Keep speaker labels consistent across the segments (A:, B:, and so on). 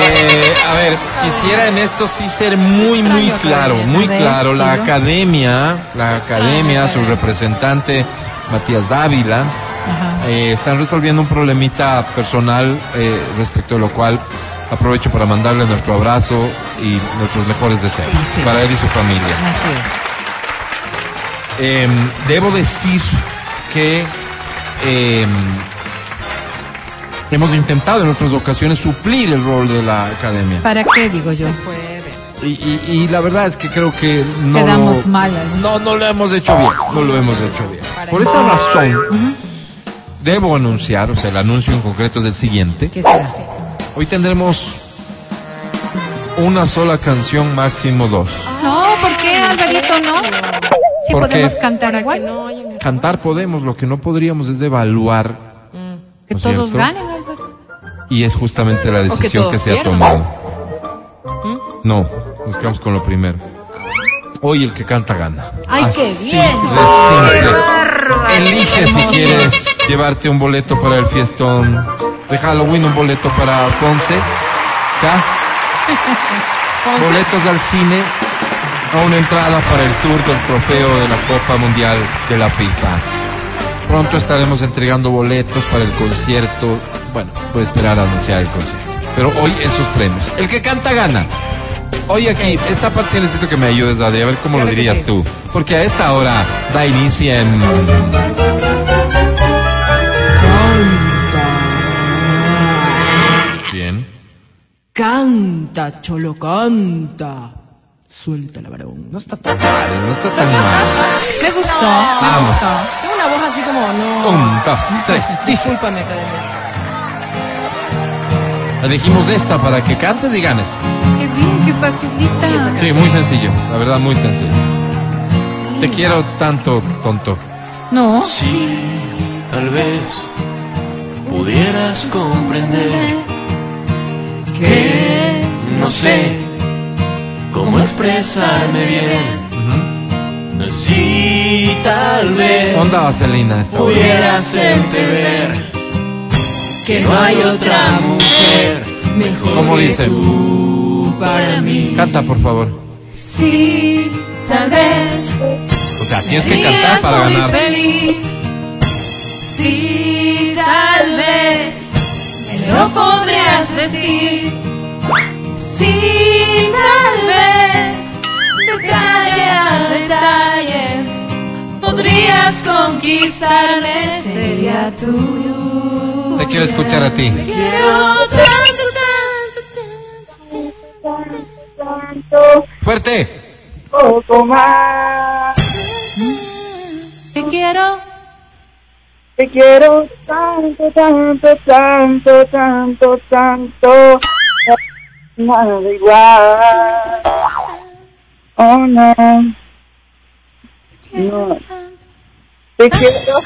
A: Eh, ver, quisiera en esto sí ser muy, muy claro, muy claro. La academia, la academia, su representante Matías Dávila, eh, están resolviendo un problemita personal eh, respecto de lo cual aprovecho para mandarle nuestro abrazo y nuestros mejores deseos
B: Sí, sí.
A: para él y su familia.
B: Así es.
A: Em, debo decir que em, hemos intentado en otras ocasiones suplir el rol de la academia.
B: ¿Para qué digo yo?
C: Puede.
A: Y, y- y la verdad es que creo que no
B: Quedamos
A: lo,
B: mal. ¿eh? al-
A: no, no lo hemos hecho bien. No lo hemos hecho bien. Por esa razón, debo anunciar, o sea, el anuncio en concreto es el siguiente.
B: ¿Qué será?
A: Hoy tendremos una sola canción, máximo dos.
B: No, ¿por qué, Alvarito, no? Si
A: ¿Por
B: podemos
A: qué?
B: cantar
C: Para que
B: igual.
C: no oyen.
A: Cantar podemos, lo que no podríamos es de evaluar
B: Que
A: ¿No es
B: todos
A: cierto?
B: ganen, Álvaro.
A: Y es justamente la decisión
C: todos
A: que, se ha
C: pierdan.
A: tomado.
B: ¿Mm?
A: No, nos quedamos con lo primero. Hoy el que canta gana.
B: ¡Ay, qué
A: Así
B: bien!
A: de simple. Elige si quieres llevarte un boleto para el fiestón de Halloween, un boleto para Fonse, ¿ca? boletos al cine o una entrada para el tour del trofeo de la Copa Mundial de la FIFA. Pronto estaremos entregando boletos para el concierto. Bueno, voy a esperar a anunciar el concierto. Pero hoy esos premios. El que canta gana. Hoy aquí, esta parte sí necesito que me ayudes, Adri, a ver cómo lo dirías tú. Porque a esta hora da inicio en... Bien.
D: Canta, cholo, canta. Suéltala, varón.
A: No está tan mal, no está tan mal.
B: Me gustó, me
A: Vamos.
B: gustó.
D: Tengo una voz así como, no.
A: Un, dos, tres, dice.
C: Discúlpame, academia.
A: Elegimos esta para que cantes y ganes.
B: Qué bien, qué facilita.
A: Sí, muy sencillo, la verdad, muy sencillo. Te quiero tanto, tonto.
B: No,
E: Sí, tal vez pudieras comprender que no sé cómo expresarme bien. Sí, tal vez
A: Onda vaselina esta. hora.
E: pudieras hacerte ver que no hay otra mujer mejor
A: ¿Cómo
E: que
A: dice?
E: tú para mí.
A: Canta, por favor.
E: Sí, tal vez
A: O sea, tienes que cantar para ganar.
E: feliz. Sí, tal vez me lo podrías decir. Sí, tal vez detalle a detalle podrías conquistarme. Sería tú.
A: Te quiero escuchar a ti.
E: Quiero tanto, tanto, tanto.
A: Fuerte.
F: Poco más,
E: Te quiero.
F: te quiero tanto, tanto, tanto, tanto, tanto. Nada igual. Oh no. No. Te quiero.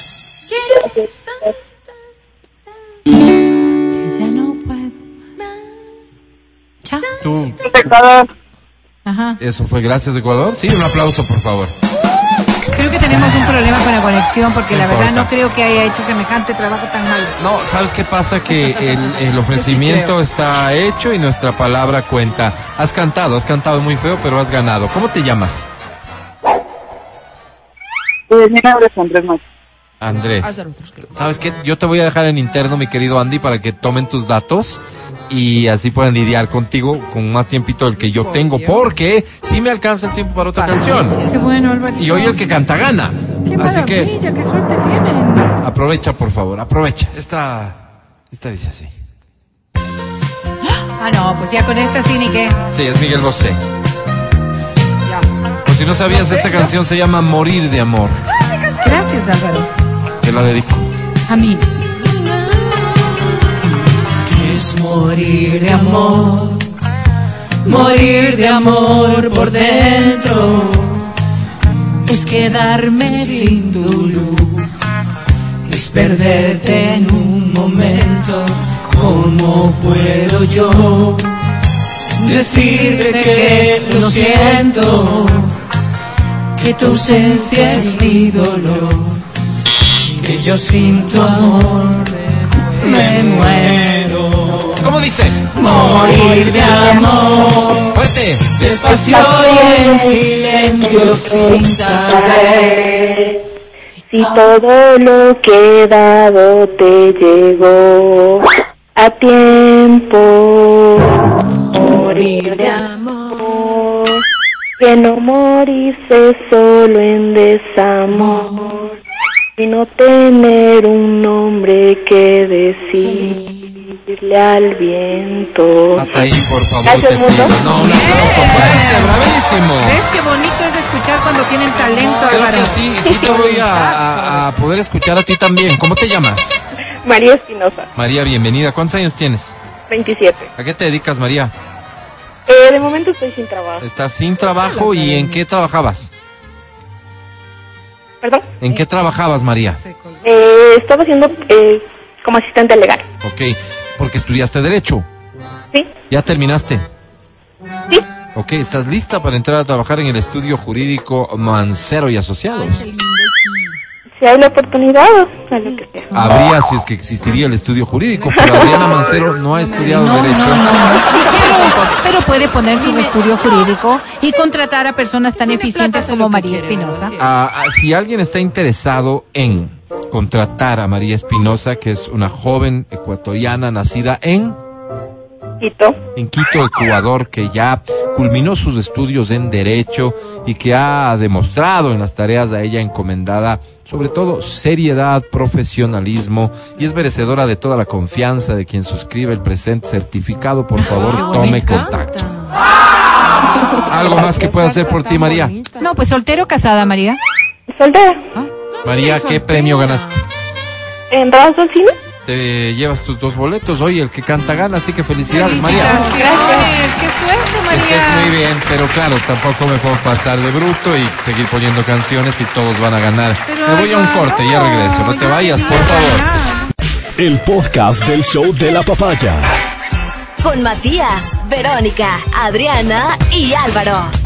E: Quiero tanto, tanto,
B: que ya no puedo más. Chao.
A: Tú.
F: Espectador.
B: Ajá.
A: Eso fue gracias, Ecuador. Sí, un aplauso, por favor.
B: Creo que tenemos un problema con la conexión porque
A: No
B: la verdad
A: importa.
B: no creo que haya hecho semejante trabajo tan malo.
A: No, ¿sabes qué pasa? Que el, el ofrecimiento está hecho y nuestra palabra cuenta. Has cantado, has cantado muy feo, pero has ganado. ¿Cómo te llamas?
F: Eh, mi nombre es Andrés Macho.
B: Ah,
A: Andrés. ¿Sabes qué? Yo te voy a dejar en interno, mi querido Andy, para que tomen tus datos y así puedan lidiar contigo con más tiempito del que yo tengo, porque sí me alcanza el tiempo para otra canción.
B: Qué bueno, Álvaro.
A: Y hoy el que canta gana.
B: Qué
A: Así que
B: maravilla, qué suerte tienen.
A: aprovecha, por favor, aprovecha. Esta, esta dice así.
B: Ah, no, pues ya con esta sí ni qué.
A: Sí, es Miguel Bosé.
B: Ya.
A: Por si no sabías, esta canción se llama Morir de Amor.
B: Gracias, Álvaro.
A: Te la dedico.
B: A mí.
D: Es morir de amor. Morir de amor por dentro. Es quedarme sin tu luz. Es perderte en un momento. ¿Cómo puedo yo decirte que lo siento? Que tu ausencia es mi dolor. Que yo sin tu amor me muero.
A: ¿Cómo dice?
D: Morir de amor,
A: Fuerte.
D: despacio y en silencio sin saber.
F: Si todo lo que he dado te llegó a tiempo, morir de amor, que no morirse solo en desamor, sino tener un nombre que decirle al viento.
A: Hasta ahí, por favor,
F: Gracias,
A: te pido.
F: mundo.
A: No, un aplauso fuerte, bravísimo.
E: ¿Ves qué bonito es escuchar cuando tienen talento,
A: Creo
E: Álvaro?
A: que sí, sí te voy a, a- a poder escuchar a ti también. ¿Cómo te llamas?
F: María Espinosa,
A: María, bienvenida. ¿Cuántos años tienes?
F: 27.
A: ¿A qué te dedicas, María?
F: Eh, de momento estoy sin trabajo.
A: ¿Estás sin trabajo y en qué trabajabas?
F: Perdón.
A: ¿En qué trabajabas, María?
F: Eh, estaba haciendo eh, como asistente legal.
A: Ok, porque estudiaste Derecho.
F: Sí,
A: ¿Ya terminaste?
F: sí.
A: Ok, ¿estás lista para entrar a trabajar en el estudio jurídico Mancero y Asociados?
F: Si hay la oportunidad, a lo que sea.
A: Habría si es que existiría el estudio jurídico, pero Adriana Mancero no ha estudiado
E: No, no,
A: Derecho.
E: no.
C: Y claro, pero puede poner su estudio jurídico y contratar a personas tan eficientes como María Espinosa.
A: Ah, ah, si alguien está interesado en contratar a María Espinosa, que es una joven ecuatoriana nacida en,
F: Quito.
A: en Quito, Ecuador, que ya culminó sus estudios en Derecho y que ha demostrado en las tareas a ella encomendada, sobre todo seriedad, profesionalismo y es merecedora de toda la confianza de quien suscribe el presente certificado, por favor, tome contacto. ¿Algo más que pueda hacer por ti, María?
C: No, pues soltero o casada, María.
F: Soldada.
A: María, ¿qué premio ganaste?
F: En Razo Cine.
A: Te llevas tus dos boletos hoy, el que canta gana, así que felicidades, María.
E: Gracias. ¡Qué suerte,
A: Que estés
E: María!
A: muy bien, pero claro, tampoco me puedo pasar de bruto y seguir poniendo canciones y todos van a ganar.
E: Pero,
A: me voy a un
E: Álvaro,
A: corte, ya regreso. No te
E: ya
A: vayas, por
E: quería
A: favor.
E: ganar.
G: El podcast del show de la papaya.
H: Con Matías, Verónica, Adriana y Álvaro.